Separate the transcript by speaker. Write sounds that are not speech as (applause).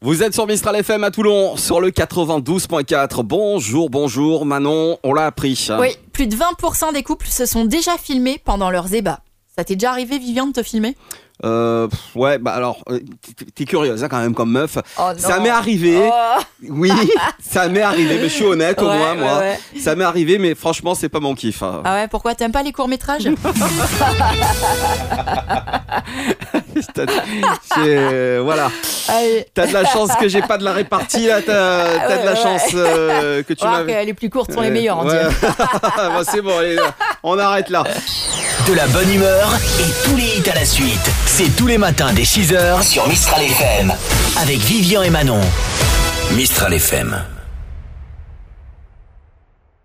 Speaker 1: Vous êtes sur Mistral FM à Toulon, sur le 92.4. Bonjour, bonjour, Manon, on l'a appris.
Speaker 2: Oui, plus de 20% des couples se sont déjà filmés pendant leurs ébats. Ça t'est déjà arrivé, Vivian, de te filmer
Speaker 1: Euh, pff, ouais, bah alors, euh, t'es- t'es curieuse hein, quand même comme meuf.
Speaker 2: Oh
Speaker 1: Ça m'est arrivé, oui, (laughs) ça m'est arrivé, mais je suis honnête au moins, moi. Ça m'est arrivé, mais franchement, c'est pas mon kiff. hein.
Speaker 2: Ah ouais, pourquoi t'aimes pas les (laughs) courts-métrages
Speaker 1: T'as- c'est- voilà.
Speaker 2: Allez,
Speaker 1: T'as de la chance que j'ai pas de la répartie, là. T'as t'as de la
Speaker 2: Ouais, ouais.
Speaker 1: chance euh, que tu
Speaker 2: voir
Speaker 1: m'as.
Speaker 2: que les plus courtes sont les
Speaker 1: Euh,
Speaker 2: meilleures, on
Speaker 1: ouais.
Speaker 2: dirait.
Speaker 1: (laughs) Bah, c'est bon, allez, on arrête là.
Speaker 3: de la bonne humeur et tous les hits à la suite. C'est tous les matins dès 6h sur Mistral FM avec Vivian et Manon. Mistral FM.